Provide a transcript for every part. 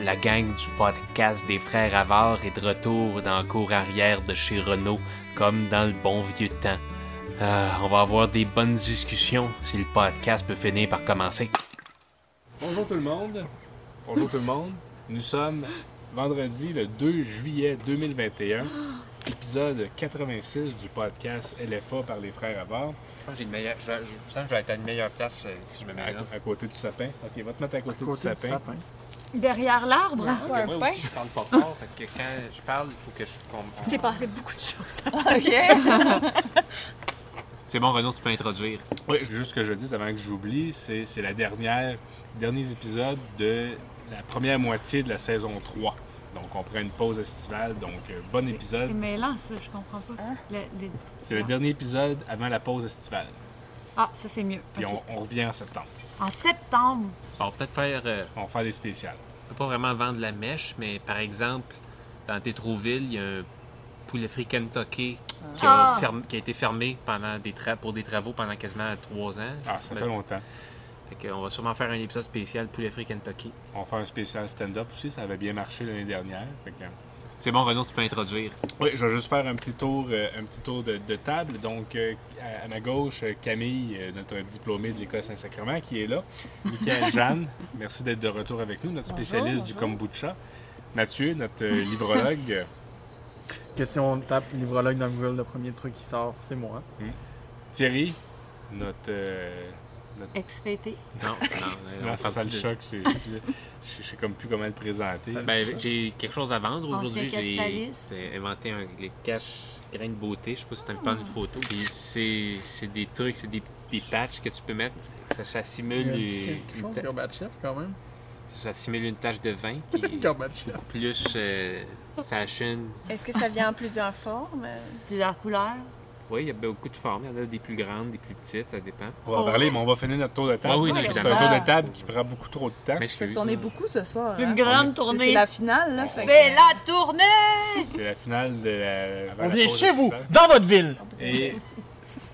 La gang du podcast des Frères Avars est de retour dans la cour arrière de chez Renault, comme dans le bon vieux temps. Euh, on va avoir des bonnes discussions si le podcast peut finir par commencer. Bonjour tout le monde. Bonjour tout le monde. Nous sommes vendredi le 2 juillet 2021, épisode 86 du podcast LFA par les frères Avard, Je pense que j'ai une meilleure. Je, je, je sens que je vais être à une meilleure place euh, si je me à, mets là. à côté du sapin. Ok, va te mettre Ah, à côté, du, sapin. Derrière l'arbre? Ah, Parce que moi aussi, je parle pas fort. fait que quand je parle, il faut que je. qu'on- C'est passé beaucoup de choses. C'est bon, Renaud, tu peux introduire. Oui, juste ce que je dis avant que j'oublie, c'est c'est la dernière, dernier épisode de la première moitié de la saison 3. Donc on prend une pause estivale, donc euh, bon C'est épisode. mêlant, ça, je comprends pas. Hein? Le- le- C'est le dernier épisode avant la pause estivale. Ah, ça, c'est mieux. Puis Ok. on, on revient en septembre. En septembre, On va peut-être faire. euh, On va faire des spéciales. on peut pas vraiment vendre la mèche, mais par exemple, dans Tétroville, il y a un poulet frit Kentucky qui a, Ah. ferm- qui a été fermé pendant des tra- pour des travaux pendant quasiment trois ans. Ah, ça fait longtemps. on va sûrement faire un épisode spécial poulet frit Kentucky. On va faire un spécial stand-up aussi, ça avait bien marché l'année dernière. Fait que, euh, C'est bon, Renaud, tu peux introduire. Oui, je vais juste faire un petit tour, euh, un petit tour de, de table. Donc, euh, à, à ma gauche, euh, Camille, euh, notre diplômée de l'École Saint-Sacrement, qui est là. Michael Jeanne, merci d'être de retour avec nous, notre spécialiste du kombucha. Mathieu, notre euh, livrologue. euh, Que si on tape livrologue dans Google, le premier truc qui sort, c'est moi. Thierry, notre. euh, notre- ex-fêté. Non, non, on Non, parle ça, ça plus le de- choc, c'est- je je sais comme plus comment le présenter. Ben, j'ai quelque chose à vendre Ancien aujourd'hui. J'ai capitaliste. j'ai inventé un, les caches grains de beauté. Je sais pas si t'as vu Hmm. prendre une photo. Puis c'est c'est des trucs, c'est des, des patchs que tu peux mettre. Ça, ça Il y simule a un petit une, quelque une chose, ta- Gorbatchev, quand même. ça simule une tache de vin qui est Gorbatchev. plus euh, fashion. Est-ce que ça vient en plusieurs formes? Plusieurs couleurs. Oui, il y a beaucoup de formes. Il y en a des plus grandes, des plus petites, ça dépend. On va en parler, mais on va finir notre tour de table. Ah oui, parce que c'est évidemment. un tour de table qui prend beaucoup trop de temps. Mais C'est excuse, parce qu'on est là. beaucoup ce soir. C'est une hein? grande C'est- tournée. C'est la finale, là. fait que- C'est la tournée! C'est la finale de la. avant On la vient pause chez vous, estivale. dans votre ville. Et,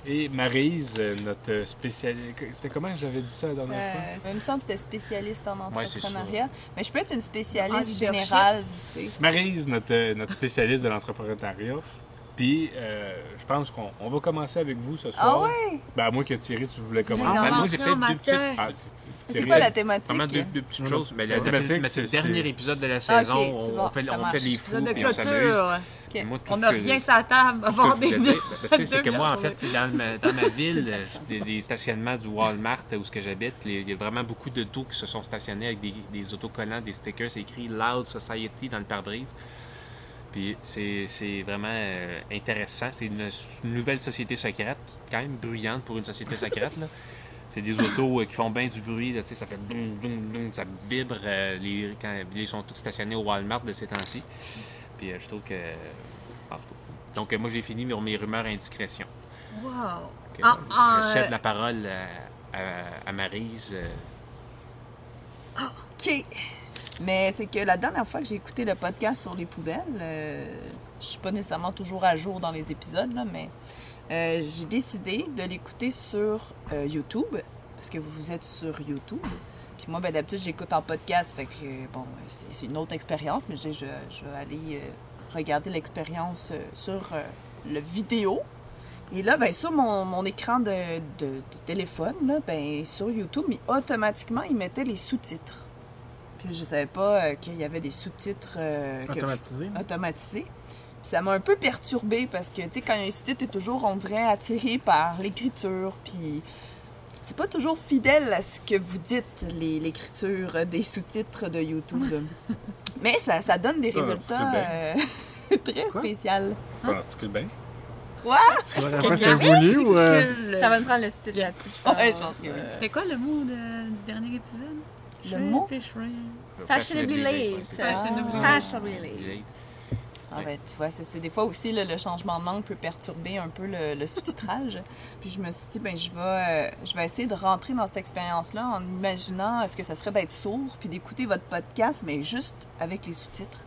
et Maryse, euh, notre spécialiste. C'était comment j'avais dit ça la dernière Euh, il me semble que c'était spécialiste en Ouais, c'est ça. entrepreneuriat. mais je peux être une En spécialiste leadership. générale, tu sais. fois? Maryse, notre, euh, notre spécialiste de l'entrepreneuriat. Puis, euh, je pense qu'on on va commencer avec vous ce Ah soir. ouais? Ben, à moins que Thierry, tu voulais commencer. Ah, ben, On moi, va j'ai entrer en peut-être deux petites- matière. Ah, Thi- Thi- C'est Thierry, quoi la thématique? Vraiment deux, deux petites choses, mais la La thématique, thématique, c'est le c'est- dernier c'est- épisode de la saison. c'est on, bon, fait, ça on marche. fait les Épisode fous, de puis on s'amuse. clôture. Ok. Moi, tout On ce a que- rien sur la table, à Ce que voir je voulais des dire, ben, tu sais, c'est que moi, en fait, tu sais, dans, ma- dans ma ville, euh, j'ai des, des stationnements du Walmart euh, où ce que j'habite, les- il y a vraiment beaucoup d'autos qui se sont stationnés avec des, des autocollants, des stickers c'est écrit Loud Society dans le pare-brise. Puis c'est c'est vraiment euh, intéressant. C'est une, une nouvelle société secrète, qui est quand même bruyante pour une société secrète. là. C'est des autos euh, qui font bien du bruit, là, tu sais, ça fait boum, boum, boum, ça vibre. euh, les, quand, ils sont tous stationnés au Walmart de ces temps-ci. Puis euh, je trouve que. en tout cas. Donc, euh, moi, j'ai fini sur mes rumeurs indiscrétions. Wow! Donc, euh, Ah, ah, je cède euh, la parole à, à, à Maryse. euh. OK. Mais c'est que la dernière fois que j'ai écouté le podcast sur les poubelles, euh, je suis pas nécessairement toujours à jour dans les épisodes, là, mais euh, j'ai décidé de l'écouter sur euh, YouTube, parce que vous vous êtes sur YouTube. Puis moi, ben, d'habitude, j'écoute en podcast, fait que, euh, bon, c'est- c'est une autre expérience, mais je, je, je vais aller euh, regarder l'expérience euh, sur euh, le vidéo. Et là, ben, sur mon, mon écran de, de- de téléphone, là, ben, sur YouTube, il- automatiquement, il mettait les sous-titres. Puis je savais pas euh, qu'il y avait des sous-titres euh, que- Automatisé. automatisé. Puis ça m'a un peu perturbée parce que, tu sais, quand il y a un sous-titre, t'es toujours, on dirait, attiré par l'écriture, puis c'est pas toujours fidèle à ce que vous dites, les- l'écriture des sous-titres de YouTube. Mais ça, ça donne des Pas un résultats euh, très Quoi? spéciaux. Ton articule bien. Après, c'était voulu ou. euh, Ça va me prendre le style là-dessus. Ouais, je pense que oui. C'était quoi le mot de- du dernier épisode? Le mot? Fashionably Fashionably late. late, ouais, Fashionably Ah. c'est Fashionably ça. late. Ah ben, tu vois, c'est c'est des fois aussi, là, le changement de langue peut perturber un peu le, le sous-titrage. Puis je me suis dit, ben, je vais, euh, je vais essayer de rentrer dans cette expérience-là en imaginant euh, ce que ça serait d'être sourd, puis d'écouter votre podcast, mais juste avec les sous-titres.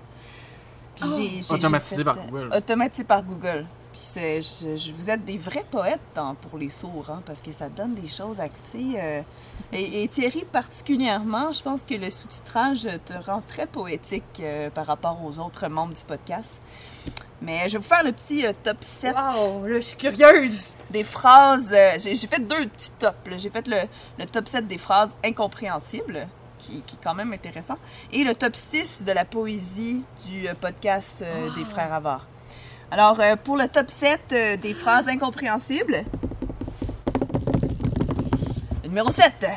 Puis j'ai- j'ai- j'ai Automatisé fait, par euh, Google. Automatisé par Google. Puis c'est- je, je- vous êtes des vrais poètes hein, pour les sourds, hein, parce que ça donne des choses à tu sais, euh, et, et Thierry, particulièrement, je pense que le sous-titrage te rend très poétique euh, par rapport aux autres membres du podcast. Mais je vais vous faire le petit euh, top 7 Wow, là, je suis curieuse. des phrases. euh, J'ai j'ai fait deux petits tops. là. J'ai fait le, le top 7 des phrases incompréhensibles, qui, qui est quand même intéressant, et le top 6 de la poésie du euh, podcast euh, des Frères Avars. Alors, euh, pour le top 7 euh, des phrases incompréhensibles, numéro 7.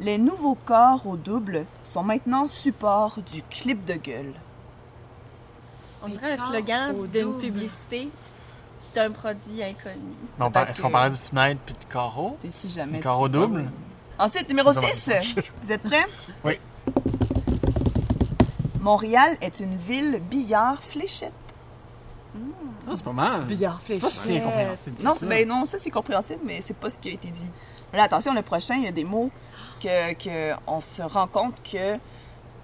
Les nouveaux corps au double sont maintenant support du clip de gueule. On dirait un slogan Au d'une double. publicité d'un produit inconnu. Mais on par- est-ce Est-ce qu'on qu'on parlait parlait de fenêtre puis de carreau? C'est si jamais. Corps tu- au double? Ensuite, numéro Ça va. 6. Vous êtes prêts? Oui. Montréal est une ville billard fléchette. c'est pas mal. Billard C'est pas si Ouais. incompréhensible. Non, que c'est- ça. ben non, ça c'est compréhensible, mais c'est pas ce qui a été dit. Mais là, attention, le prochain, il y a des mots que, que on se rend compte que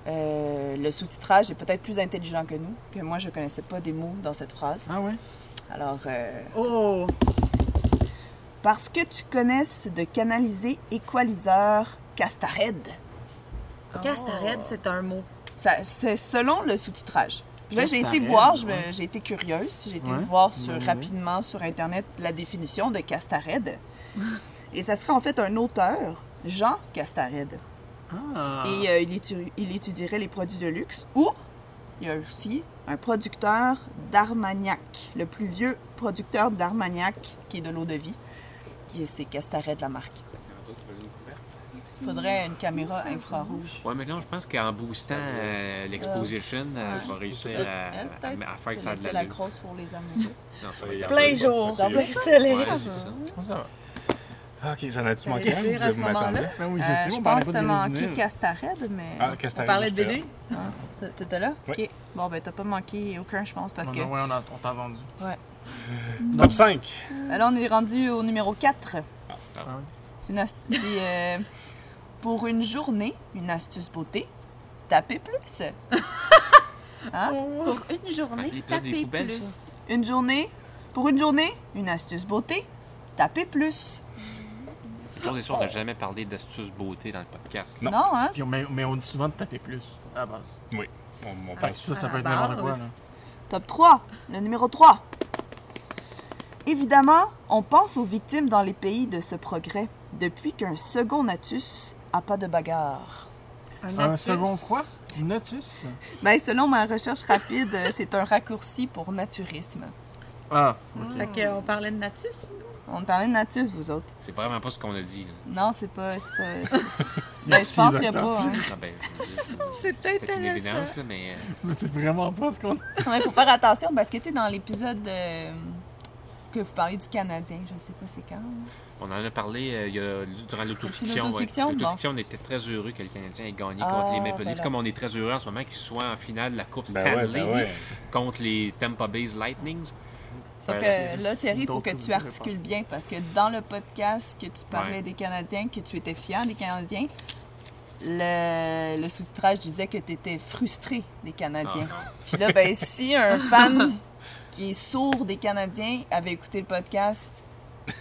euh, le sous-titrage est peut-être plus intelligent que nous, que moi je connaissais pas des mots dans cette phrase. Ah ouais? Alors, euh, Oh! parce que tu connaisses de canaliser équaliseur Castared. Castared, c'est un mot. Ça- C'est selon le sous-titrage. Puis Là, j'ai été Castared, voir, je me- ouais. j'ai été curieuse, j'ai été Ouais, voir sur, bonne idée. rapidement sur Internet la définition de Castared. Et ça serait en fait un auteur, Jean Castared. Ah. Et euh, il, étu- il étudierait les produits de luxe. Ou, il y a aussi un producteur d'Armagnac, le plus vieux producteur d'Armagnac qui est de l'eau de vie, qui est c'est Castared, la marque. Il faudrait une caméra infrarouge. Ouais, mais non, je pense qu'en boostant euh, l'exposition, euh, je vais réussir Ouais. à, à- à faire que ça a de C'est la la lune. grosse pour les amoureux. Non, ça va y Plein arriver. jour, en plein Ouais, c'est ça. Ok, j'en ai-tu Vous manqué allez un dire à ou ce vous m'attendez? moment-là? Ben oui, Euh, je sais, je on pense parlait que pas t'as de manqué Nouvelle. Castared, mais. Ah, qu'est-ce que On parlait de t'arrives, BD? Ça, T'étais là? Ouais. Ok. Bon, ben, t'as pas manqué aucun, je pense, parce On que. a- Ouais, on a- on t'a vendu. je te- Top 5! Alors, on est rendu au numéro 4. Ah ouais. C'est une astuce. c'est, euh, pour une journée, une astuce beauté, tapez plus. Pour une Fait que journée, l'épisode des taper poubelles, plus. ça. Une journée, pour une journée, une astuce beauté, tapez plus. Une chose est sûre, on n'a jamais parlé d'astuces beauté dans le podcast. Non, Non. hein? Puis on- mais, mais on dit souvent de taper plus, à la base. On, on Ah, Fait que pense. ça, ça À peut être la n'importe base. quoi, là. Top 3, le numéro 3. Évidemment, on pense aux victimes dans les pays de ce progrès depuis qu'un second natus a pas de bagarre. Un, Un atus. second quoi? Notus? Ben, selon ma recherche rapide, euh, c'est un raccourci pour naturisme. Ah, ok. Fait qu'on parlait de Natus. On parlait de natus, vous autres. C'est vraiment pas ce qu'on a dit. là. Non, c'est pas. c'est pas- c'est- ben, Merci, je pense que docteur. pas. hein. Ah ben, je veux dire, C'est c'est une évidence, là, mais... euh, Mais c'est vraiment pas ce qu'on a. Il hein. faut faire attention parce que, tu sais, dans l'épisode euh, que vous parlez du Canadien, je sais pas c'est quand. On en a parlé euh, il y a- durant l'autofiction. l'autofiction? ouais. L'autofiction, on était très heureux que le Canadien ait gagné Ah, contre les Maple Leafs, voilà. comme on est très heureux en ce moment qu'il soit en finale de la Coupe Ben ouais, Stanley ben ouais. contre les Tampa Bay Lightnings. Sauf Ouais. que là, Thierry, il faut Donc, que je tu pense. articules bien parce que dans le podcast que tu parlais Ouais. des Canadiens, que tu étais fier des Canadiens, le, le sous-titrage disait que tu étais frustré des Canadiens. Ah. Puis là, ben, si un fan qui est sourd des Canadiens avait écouté le podcast,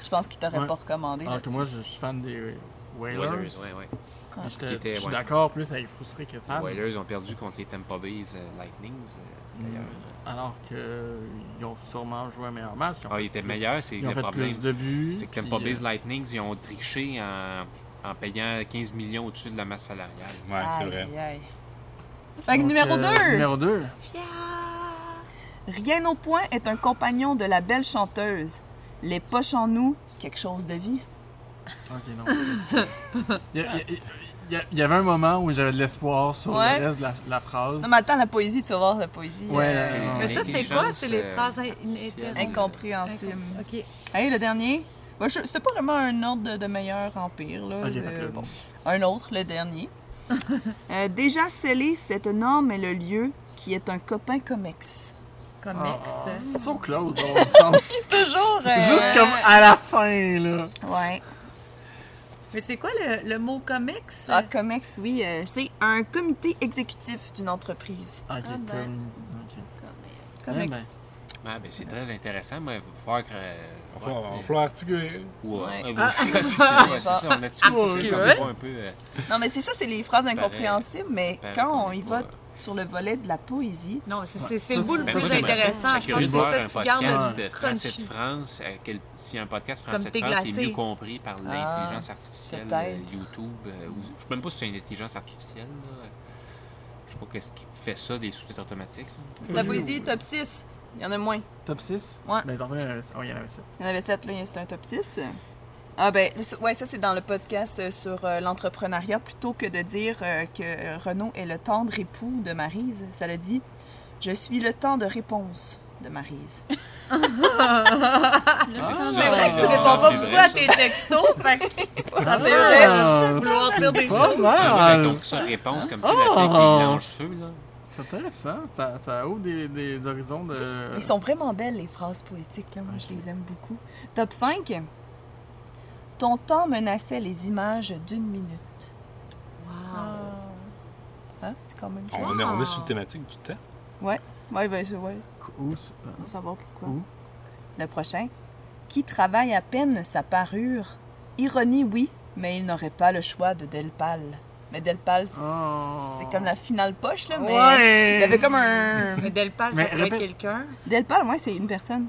je pense qu'il t'aurait Ouais. pas recommandé. Alors que là-dessus. moi, je suis fan des euh, Les Whalers. Oilers, ouais, ouais. ouais. J'étais- Qui était, Je suis ouais. d'accord plus avec frustré que fan. Les Oilers ont perdu contre les Tampa Bay euh, Lightnings, euh, d'ailleurs. Mm. Alors qu'ils ont sûrement joué un meilleur match. Ils ont Ah, fait ils étaient plus- meilleurs, c'est Ils ont le fait problème. plus de buts. C'est que puis, Tampa Bay euh, Lightnings, ils ont triché en, en payant 15 millions au-dessus de la masse salariale. Ouais, c'est Aïe, vrai. aïe. Fait que donc, numéro euh, 2. Numéro 2. Rien au point est un compagnon de la belle chanteuse. Les poches en nous, quelque chose de vie. Ok, non. il, y a- il y a- il y a- il y avait un moment où j'avais de l'espoir sur Ouais. Ah, le reste de la, la phrase. Non, mais attends, la poésie, tu vas voir la poésie. Ouais, euh, c'est- une Mais ça, c'est intelligence, quoi? C'est les euh, phrases artificielle. incompréhensibles. incompréhensible. OK. Hey, le dernier. Ouais, je- C'était pas vraiment un ordre de, de meilleur en pire. Là. Ok, Euh, fait que- bon. Un autre, le dernier. Euh, déjà scellé, cette norme est le lieu qui est un copain comme ex. Comme Ah, ah, ex. so close dans le sens. Toujours. euh, Juste comme à la fin, là. Ouais. Mais c'est quoi le, le mot comex? Ah, comme ex, oui. euh, c'est un comité exécutif d'une entreprise. Ok, ben. comme. ok. Ah, Comme Eh ex. ben. Ah, ben, c'est très intéressant. Moi, il va falloir que. euh, On ouais, va falloir- on va mais- falloir articuler. Ouais, Ouais. ouais, c'est ça, ouais, c'est ça, Ah, on a Articulé. articulé comme on va un peu. euh, Non, mais c'est ça, c'est les phrases incompréhensibles, mais ben, quand on comme y va, va sur le volet de la poésie, Non, c'est- c'est c'est Ça, le bout le c'est- Ben, plus moi, j'aimerais ça. intéressant. Je serais Je pense curieux de que voir c'est Ah, ça un que tu gardes podcast le de Français de crunchy. France. à quel- si un podcast Français de T'es France est glacé. mieux compris par Ah, l'intelligence artificielle, peut-être. euh, YouTube. euh, ou- je ne sais même pas si c'est une intelligence artificielle. là. Je ne sais pas qu'est-ce qui fait ça, des sous-titres automatiques. ben, là. la poésie est top 6. Il y en a moins. Top 6? Ouais. Ben, tantôt, il y en avait, oh, il y en avait sept. Il y en avait 7, là, c'est un top 6. Ah ben, le- ça- ouais, ça c'est dans le podcast euh, sur euh, l'entrepreneuriat. Plutôt que de dire euh, que Renaud est le tendre époux de Marise, ça le dit « Je suis le temps de réponse de Marise C'est vrai que tu Ah, réponds pas c'est beaucoup vrai, à ça. tes textos. Fait que ça peut Ah! vouloir dire des Pas Ah, choses. ouais, mal! donc, ça réponse comme tu Ah. l'as fait avec les langes-feux, là. C'est intéressant. Ça, ça ouvre des, des horizons de... Ils sont vraiment belles, les phrases poétiques. Là. Moi, je les aime beaucoup. Top 5. Ton temps menaçait les images d'une minute. Wow. Hein? C'est quand même... On est, on est sur une thématique du temps. Ouais, ben, je- ouais, Où- on va savoir pourquoi. Où? Le prochain. Qui travaille à peine sa parure. Ironie, oui, mais il n'aurait pas le choix de Delpal. Mais Delpal, c'est Oh. c'est comme la finale poche, là, mais Ouais! il y avait comme un... Mais Delpal, ça Mais pourrait être répète- quelqu'un. Delpal, moi, c'est une personne.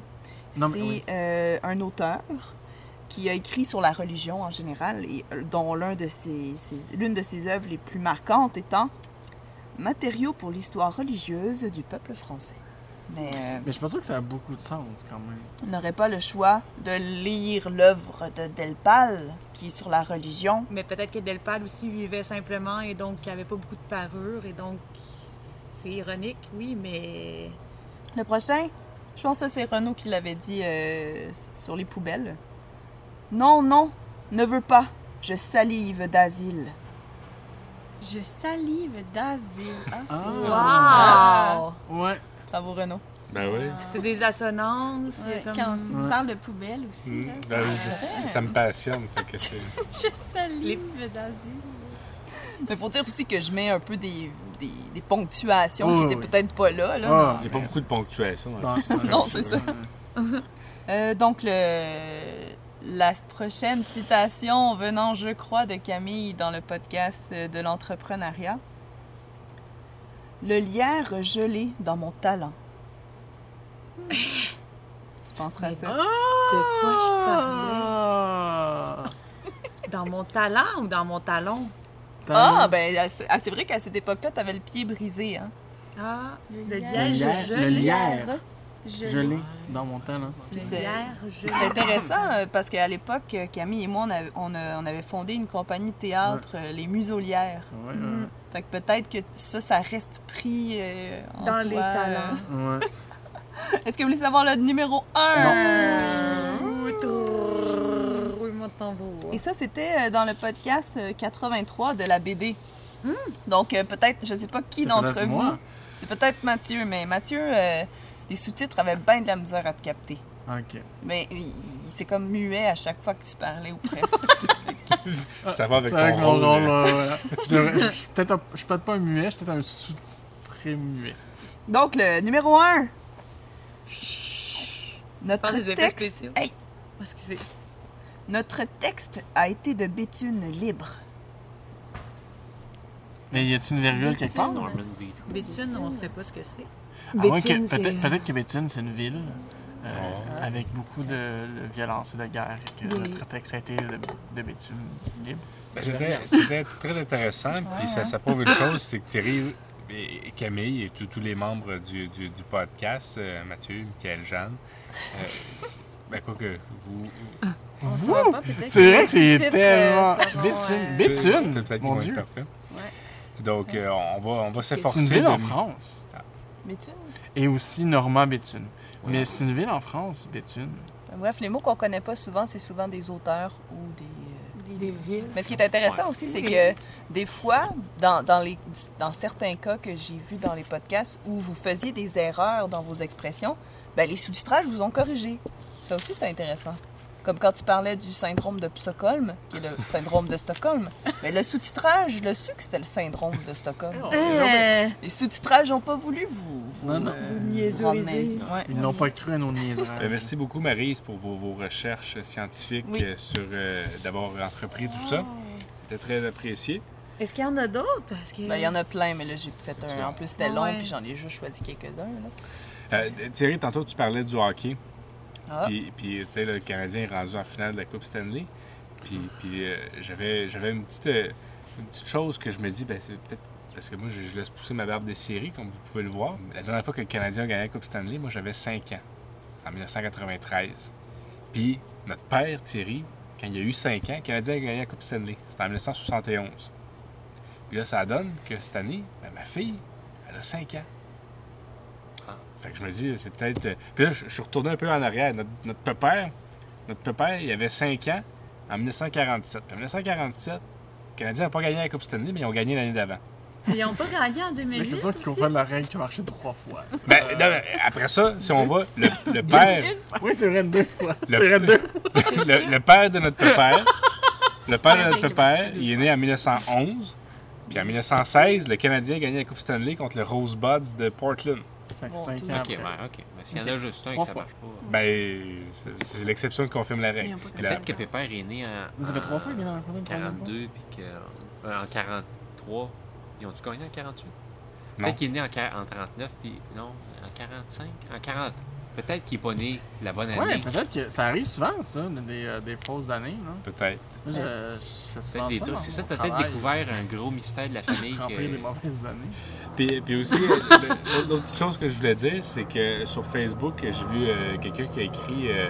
Non, mais c'est oui. euh, un auteur qui a écrit sur la religion en général, et euh, dont l'un de ses- ses- l'une de ses œuvres les plus marquantes étant Matériaux pour l'histoire religieuse du peuple français. Mais euh, Mais je pense que ça a beaucoup de sens, quand même. on n'aurait pas le choix de lire l'œuvre de Delpal, qui est sur la religion. Mais peut-être que Delpal aussi vivait simplement et donc il avait pas beaucoup de parure. Et donc, c'est ironique, oui, mais. Le prochain, je pense que c'est Renaud qui l'avait dit euh, sur les poubelles. Non, non, ne veux pas, je salive d'asile. Je salive d'asile. Ah, c'est... Ah. Wow! Ouais. Bravo Renaud. Ben oui. C'est des assonances. il y a Ouais, comme- Quand tu Ouais. parles de poubelle aussi, Mm. là, Ben oui, ça- c'est- ça me passionne. fait que c'est- Je salive d'asile. Mais faut dire aussi que je mets un peu des, des, des ponctuations Oui, qui étaient Ah oui. peut-être pas là. là. Ah, Il n'y a pas beaucoup de ponctuation. dans dans- le film. Non, c'est ça. Euh, donc, le, la prochaine citation venant, je crois, de Camille dans le podcast euh, de l'entrepreneuriat. Le lierre gelé dans mon talent. tu penseras à ça? De quoi je parlais? Ah! Dans mon talent ou dans mon talon? Ah, ben, à ce- ah, c'est vrai qu'à cette époque-là, t'avais le pied brisé. Hein? Ah, le Le liège lierre, le gelé. lierre ben, Je gelé dans mon talent. Le Puis c'est- lierre gelé. C'est intéressant euh, parce qu'à l'époque, euh, Camille et moi, on avait, on a- on avait fondé une compagnie de théâtre, euh, les Musolières. Ouais, ouais, Mm. Fait que peut-être que ça, ça reste pris euh, en Dans toi, les talents. Mm. ouais. euh. Est-ce que vous voulez savoir le numéro 1? Roulement de tambour. Et ça, c'était euh, dans le podcast euh, 83 de la BD. Donc, euh, peut-être, je sais pas qui C'est d'entre peut-être vous. moi. C'est peut-être Mathieu, mais Mathieu, euh, les sous-titres avaient bien de la misère à te capter. Ok. Mais il, il- c'est comme muet à chaque fois que tu parlais ou presque. Ça va avec C'est vrai ton que mon rôle, rôle, mais- ouais, ouais. Je- Je je suis peut-être un- je suis peut-être pas un muet, je suis peut-être un sous-titré muet. Donc, le numéro 1. Par Notre des effets texte, spéciaux. Hey! Parce que c'est. notre texte a été de Béthune libre. Mais y a-t-il une virgule quelque part? Norman Reedus. Béthune, on sait pas ce que c'est. À moins que- Peut-être peut-être que Béthune, c'est une ville euh, avec beaucoup de, de violence et de guerre. et que Oui. notre texte a été de, de Béthune libre. Ben, C'était c'était très intéressant. Puis ça, ça prouve une chose, c'est que Thierry et et Camille et tous tous les membres du, du- du podcast, euh, Mathieu, Michael, Jeanne, euh, ben quoi que vous... On saura pas, peut-être C'est vrai les que c'est sous-titres, tellement. euh, seront, Béthune, euh, C'est Béthune! peut-être qu'ils Mon vont être Dieu! parfaits. Donc, Ouais. euh, on va, on va C'est s'efforcer une ville de- en France. Béthune? Et aussi Normand Béthune. Ouais. Mais c'est une ville en France, Béthune. Ben, Bref, les mots qu'on connaît pas souvent, c'est souvent des auteurs ou des. euh, Des villes. Mais ce qui est intéressant aussi, c'est que des fois, dans, dans les, dans certains cas que j'ai vus dans les podcasts où vous faisiez des erreurs dans vos expressions, ben, les sous-titrages vous ont corrigé. Ça aussi, c'est intéressant. Comme quand tu parlais du syndrome de Stockholm, qui est le syndrome de Stockholm. Mais le sous-titrage, le su que c'était le syndrome de Stockholm. Ah Euh, Les sous-titrages n'ont pas voulu vous, vous, Non, non. euh, Vous niaiseriser. ramener- ouais. Ils n'ont pas cru à nos niaiseries. Euh, merci beaucoup, Marise, pour vos, vos recherches scientifiques Oui. euh, sur euh, d'abord l'entreprise, tout ça. C'était très apprécié. Est-ce qu'il y en a d'autres? Parce que... Ben, il y en a plein, mais là, j'ai fait un. En plus, c'était long, Ouais. puis j'en ai juste choisi quelques-uns. là. Euh, Thierry, tantôt, tu parlais du hockey. Ah. Puis, puis, tu sais, le Canadien est rendu en finale de la Coupe Stanley. Puis, puis euh, j'avais, j'avais une, petite, euh, une petite chose que je me dis, ben, c'est peut-être parce que moi, je, je laisse pousser ma barbe des séries, comme vous pouvez le voir. La dernière fois que le Canadien a gagné la Coupe Stanley, moi, j'avais 5 ans. C'est en 1993. Puis, notre père, Thierry, quand il a eu 5 ans, le Canadien a gagné la Coupe Stanley. C'était en 1971. Puis là, ça donne que cette année, ben, ma fille, elle a 5 ans. Fait que je me dis, c'est peut-être. euh, Puis là, je, je suis retourné un peu en arrière. Notre, notre père, notre père, il avait 5 ans en 1947. Puis en 1947, les Canadiens n'ont pas gagné la Coupe Stanley, mais ils ont gagné l'année d'avant. Ils n'ont pas gagné en Mais 2008 c'est sûr qu'on aussi? fait la règle qui a marché trois fois. Ben, non, mais après ça, si on va, le, le père, Oui, c'est vrai, deux fois. Le- C'est vrai, deux le, le père de notre père, le père de notre Il a marché père, il est né en 1911. Puis en 1916, le Canadien a gagné la Coupe Stanley contre le Rosebuds de Portland. Fait que Bon, cinq tout. ans OK, après. ouais, OK. Mais s'il y en a juste un et que Ah, Trois ça fois. marche pas. Ben, c'est- c'est l'exception qui confirme la règle. Puis la- Peut-être que Pépère est né en, Ça fait trois fois en qu'il est dans le premier 42 puis que- euh, en 43. Ils ont-tu gagné en 48? Non. Peut-être qu'il est né en, quar- en 39 puis non, en 45, en 40. Peut-être qu'il n'est pas né la bonne année. Ouais, peut-être que ça arrive souvent, ça, des, euh, des fausses années. Là. Peut-être. Moi, je, je fais Peut-être souvent des ça. trucs. dans C'est ça, mon t'as peut-être travail. euh, découvert un gros mystère de la famille. Remplir que- les mauvaises années. Puis, puis aussi, euh, le- l'autre petite chose que je voulais dire, c'est que sur Facebook, j'ai vu euh, quelqu'un qui a écrit. euh,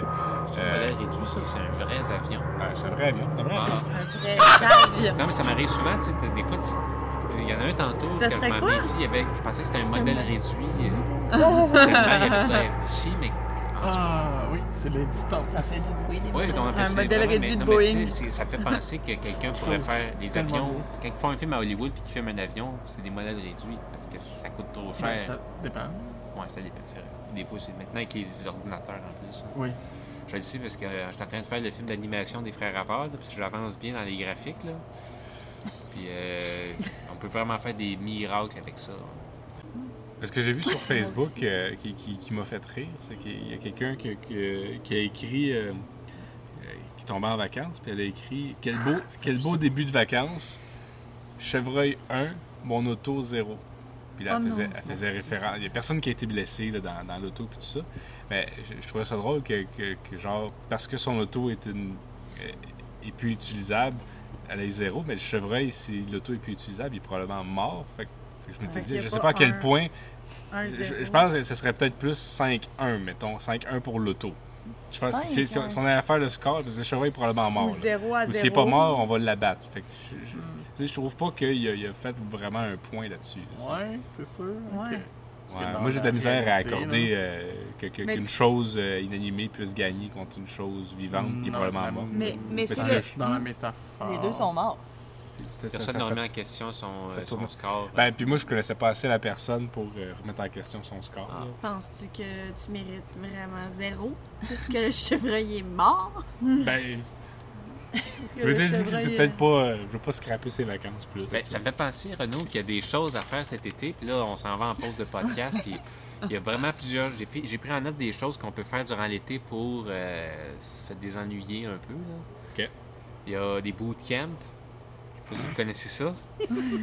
C'est un euh, modèle réduit, ça, ou c'est un vrai avion? ah, c'est un vrai avion. c'est un vrai Ah. avion. Un vrai charme. Non, mais ça m'arrive souvent, tu sais, t'as- des fois, tu- il y en a un tantôt, Ça quand je serait m'en quoi? venais ici, il y avait- je pensais que c'était un modèle réduit. euh, tellement il y avait de l'air. Si, mais... en tout Ah oui, c'est les distances. Ça fait du bruit. les Oui, moteurs. on appelle Un ça modèle vraiment- réduit mais- de non, mais tu Boeing. sais, c'est- Ça fait penser que quelqu'un pourrait font faire des tellement avions. beau. Quand ils font un film à Hollywood puis qu'ils filment un avion, c'est des modèles réduits parce que ça coûte trop cher. Ben, ça dépend. Ouais, ça dépend. c'est vrai. Des fois, c'est maintenant avec les ordinateurs en plus. hein. Oui. Je le sais parce que euh, je suis en train de faire le film d'animation des frères Havard, là, parce que j'avance bien dans les graphiques. Là. Puis euh, on peut vraiment faire des miracles avec ça. Parce que j'ai vu sur Facebook euh, qui, qui- qui m'a fait rire, c'est qu'il y a quelqu'un qui, qui- qui a écrit. euh, euh, qui tombait en vacances, puis elle a écrit Quel beau, Ah, quel beau début de vacances, chevreuil 1, mon auto 0. Puis là, Oh elle non. faisait, elle faisait référence. Il n'y a personne qui a été blessé là, dans, dans l'auto, puis tout ça. Mais je, je trouvais ça drôle que, que- que genre, parce que son auto est une. euh, est plus utilisable, elle est zéro, mais le chevreuil, si l'auto est plus utilisable, il est probablement mort. Fait que, fait que je m'étais Fait qu'il y dit, a je sais pas pas à quel un- point Un je, zéro. je pense que ce serait peut-être plus 5-1, mettons. 5-1 pour l'auto. Je pense que si, si on- 5-1. si on a à faire le score, parce que le cheval est probablement mort. Ou là. 0 à Mm. 0. Ou s'il n'est pas mort, on va l'abattre. Fait que je, je- je trouve pas qu'il a, il a fait vraiment un point là-dessus. là. Ouais, c'est sûr. Ouais. Parce que Ouais, dans Moi, j'ai de la misère à réalité, là, accorder euh, que- que- Mais qu'une tu- chose euh, inanimée puisse gagner contre une chose vivante qui est Non, c'est la- probablement morte. Mais, mais Mais si Dans, c'est le... la- dans la métaphore. Hmm. Les deux sont morts. C'était ça, Personne ça, ne ça- remet en question son, ça euh, son tourne. score. Ben, puis moi, je connaissais pas assez la personne pour euh, remettre en question son score. Ah. là. Penses-tu que tu mérites vraiment zéro? Parce que le chevreuil est mort? Ben, je que veux le dire que chevreuil, c'est peut-être pas. euh, je veux pas scraper ses vacances plus. Ben, ça me fait penser, Renaud, qu'il y a des choses à faire cet été. Puis là, on s'en va en pause de podcast. puis il y a vraiment plusieurs. J'ai, fait- j'ai pris en note des choses qu'on peut faire durant l'été pour euh, se désennuyer un peu. là. OK. Il y a des bootcamps. Je sais pas si vous connaissez ça.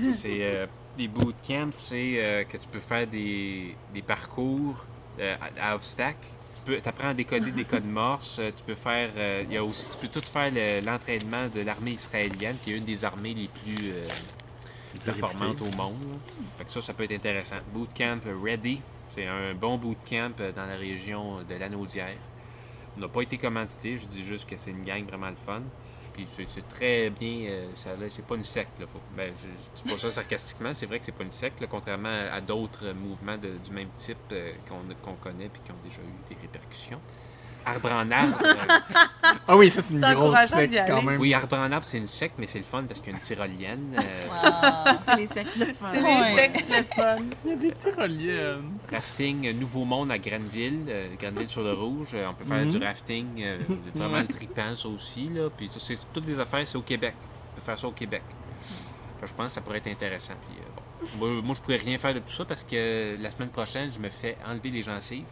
c'est euh, des bootcamps, c'est euh, que tu peux faire des, des parcours euh, à, à obstacles. Tu apprends à décoder des codes morse. euh, Tu peux faire. euh, il y a aussi, tu peux tout faire le- l'entraînement de l'armée israélienne, qui est une des armées les plus. euh, performante au monde. là. Fait que ça, ça peut être intéressant. Bootcamp Ready, c'est un bon bootcamp euh, dans la région de l'Anaudière. On n'a pas été commandité, je dis juste que c'est une gang vraiment le fun. Puis c'est c'est très bien, euh, ça là, c'est pas une secte. Là, faut- ben, je, je dis pas ça sarcastiquement, c'est vrai que c'est pas une secte, là, contrairement à, à d'autres euh, mouvements de- du même type euh, qu'on qu'on connaît puis qui ont déjà eu des répercussions. Arbre en arbre. euh, Ah oui, ça, c'est une C'est grosse encourageant sec d'y aller. quand même. oui, arbre en arbre, c'est une secte, mais c'est le fun parce qu'il y a une tyrolienne. euh, Ah. C'est les sacs de fun. C'est Ouais. les sectes le fun. Il y a des tyroliennes. rafting euh, Nouveau Monde à Granville, euh, Granville sur le Rouge. Euh, on peut faire Mhm. du rafting, euh, vraiment le tripant, ça aussi. Là. Puis ça, c'est toutes les affaires, c'est au Québec. On peut faire ça au Québec. Fait que je pense que ça pourrait être intéressant. Puis, euh, bon. moi, moi, je pourrais rien faire de tout ça parce que euh, la semaine prochaine, je me fais enlever les gencives.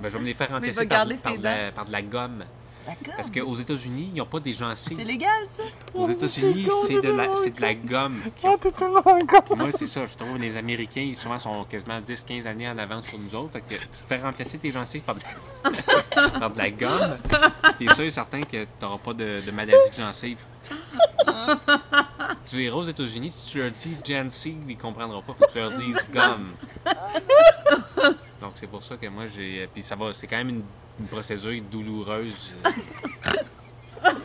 Ben, je vais me les faire il va entasser par, garder Ah. par ses de la, par de la gomme. D'accord. Parce qu'aux États-Unis, ils n'ont pas des C'est gencives. légal, ça? Aux Oh, États-Unis, c'est de, la- c'est de la gomme. qu'ils ont. Ah, t'es tellement con. Puis moi, c'est ça. Je trouve que les Américains, ils souvent sont quasiment 10-15 années en avance sur nous autres. Fait que tu te fais remplacer tes gencives par de la, par de la gomme. T'es sûr et certain que t'auras pas de, de maladie de gencives. tu verras aux États-Unis, si tu leur dis gencives, ils comprendront pas. Faut que tu leur dises gomme. Donc, c'est pour ça que moi, j'ai. Puis ça va, c'est quand même une, une procédure douloureuse. euh,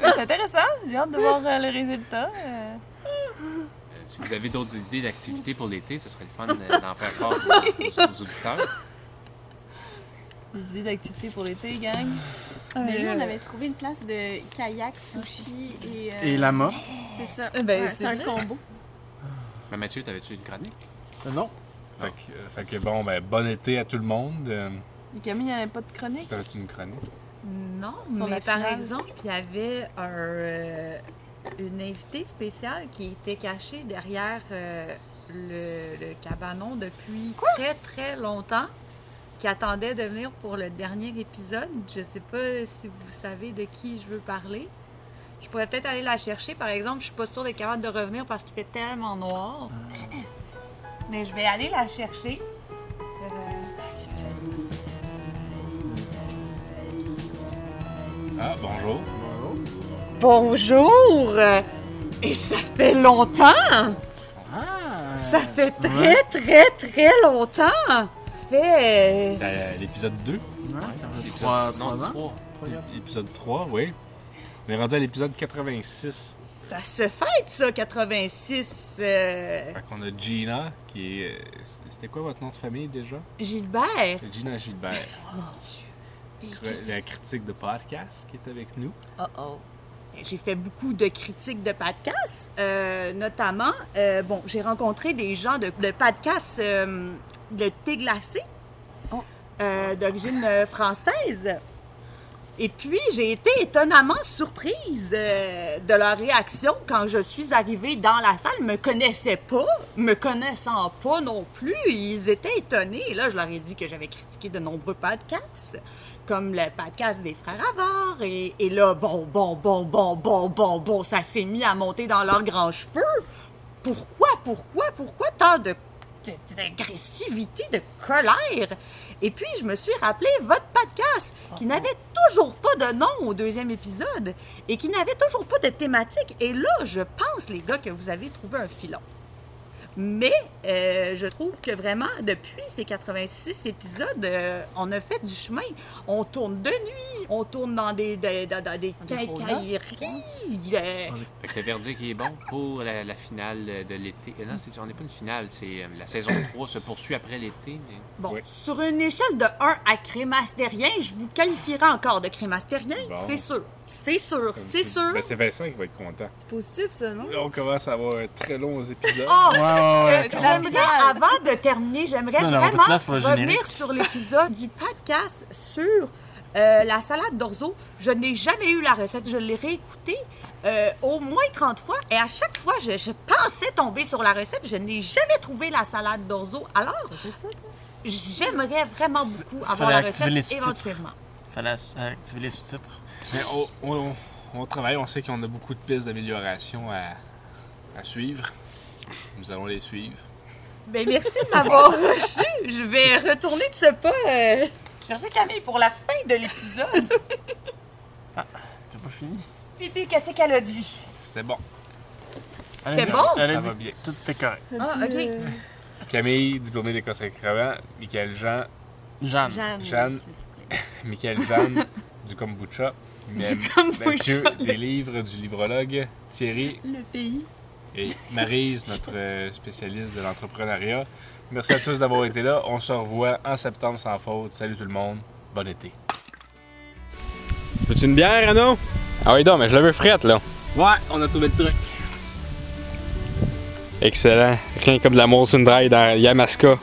C'est intéressant. J'ai hâte de voir euh, le résultat. Euh, Euh, si vous avez d'autres idées d'activités pour l'été, ce serait le fun euh, d'en faire part aux, aux auditeurs. des idées d'activités pour l'été, gang. Mais nous, on euh, avait trouvé une place de kayak, sushi et. euh, Et lama. C'est ça. Eh ben, Ouais, c'est c'est un vrai. combo. Mais Mathieu, t'avais-tu une chronique? Euh, Non. Fait que, euh, fait que bon, ben, bon été à tout le monde. Euh, Et Camille, il n'y en a pas de chronique? T'avais-tu une chronique? Non, Sur mais la par finale. exemple, il y avait un, euh, une invitée spéciale qui était cachée derrière euh, le, le cabanon depuis très très longtemps, qui attendait de venir pour le dernier épisode. Je sais pas si vous savez de qui je veux parler. Je pourrais peut-être aller la chercher. Par exemple, je suis pas sûre d'être capable de revenir parce qu'il fait tellement noir. Mais je vais aller la chercher. Euh, Ah, bonjour. Bonjour! Et ça fait longtemps! Ça fait très, très, très longtemps! Fait. Euh, L'épisode 2, ça fait L'épisode- trois- non, trois ans. trois. épisode 3, oui. On est rendu à l'épisode 86. Ça se fête, ça, 86. euh, Fait qu'on a Gina qui est. euh, C'était quoi votre nom de famille déjà? Gilbert! Gina Gilbert. Oh, Cr- La critique de podcast qui est avec nous. Oh oh. J'ai fait beaucoup de critiques de podcasts, euh, notamment, euh, bon, j'ai rencontré des gens de, de podcasts euh, le thé glacé, euh, d'origine euh, française. Et puis, j'ai été étonnamment surprise euh, de leur réaction quand je suis arrivée dans la salle. Ils me connaissaient pas, me connaissant pas non plus. Ils étaient étonnés. Et là, je leur ai dit que j'avais critiqué de nombreux podcasts comme le podcast des frères Avard. Et, et là, bon, bon, bon, bon, bon, bon, bon, ça s'est mis à monter dans leurs grands cheveux. Pourquoi, pourquoi, pourquoi tant de de- d'agressivité, de colère. Et puis, je me suis rappelé votre podcast qui n'avait toujours pas de nom au deuxième épisode et qui n'avait toujours pas de thématique. Et là, je pense, les gars, que vous avez trouvé un filon. Mais euh, je trouve que vraiment, depuis ces 86 épisodes, euh, on a fait du chemin. On tourne de nuit, on tourne dans des, des, dans- dans des Des faux quincailleries. euh, Fait que le verdict il est bon pour la, la finale de l'été. Euh, Non, c'est- on n'est pas une finale, c'est euh, la saison 3 se poursuit après l'été. mais- Bon, Oui. sur une échelle de 1 à crémastérien, je vous qualifierais encore de crémastérien, Bon. c'est sûr. C'est sûr, Comme c'est si- sûr. Ben, c'est Vincent qui va être content. C'est positif, ça, non? Là, on commence à avoir un très long épisode. Oh! Ouais, ouais, ouais. Quand même. J'aimerais, avant de terminer, j'aimerais Ça, on aura pas de vraiment place pour le revenir générique. sur l'épisode du podcast sur euh, la salade d'orzo. Je n'ai jamais eu la recette. Je l'ai réécoutée euh, au moins 30 fois et à chaque fois, je, je pensais tomber sur la recette. Je n'ai jamais trouvé la salade d'orzo. Alors, j'aimerais vraiment beaucoup ça avoir la fallait activer les recette sous-titres. éventuellement. Fallait ass- activer les sous-titres. Mais on, on- on travaille, on sait qu'on a beaucoup de pistes d'amélioration à, à suivre. Nous allons les suivre. Ben, merci de m'avoir reçu. Je vais retourner de ce pas euh, chercher Camille pour la fin de l'épisode. T'as pas fini? Pipi, qu'est-ce qu'elle a dit? C'était bon. Elle a dit- bon? Elle Ça a va dit bien. tout était correct. Ah, OK. Camille, diplômée d'école sacrament. Michael Jean, Jeanne. Jeanne. Jeanne. s'il vous plaît. Michael Jeanne du kombucha. Mais- Mathieu, des livres du livrologue. Thierry Le pays. et Marise, notre euh, spécialiste de l'entrepreneuriat. Merci à tous d'avoir été là. On se revoit en septembre sans faute. Salut tout le monde. Bon été. Veux-tu une bière, Anno? Ah oui, donc, mais je le veux frette, là. Ouais, on a trouvé le truc. Excellent. Rien comme de l'amour sur une drague dans Yamaska.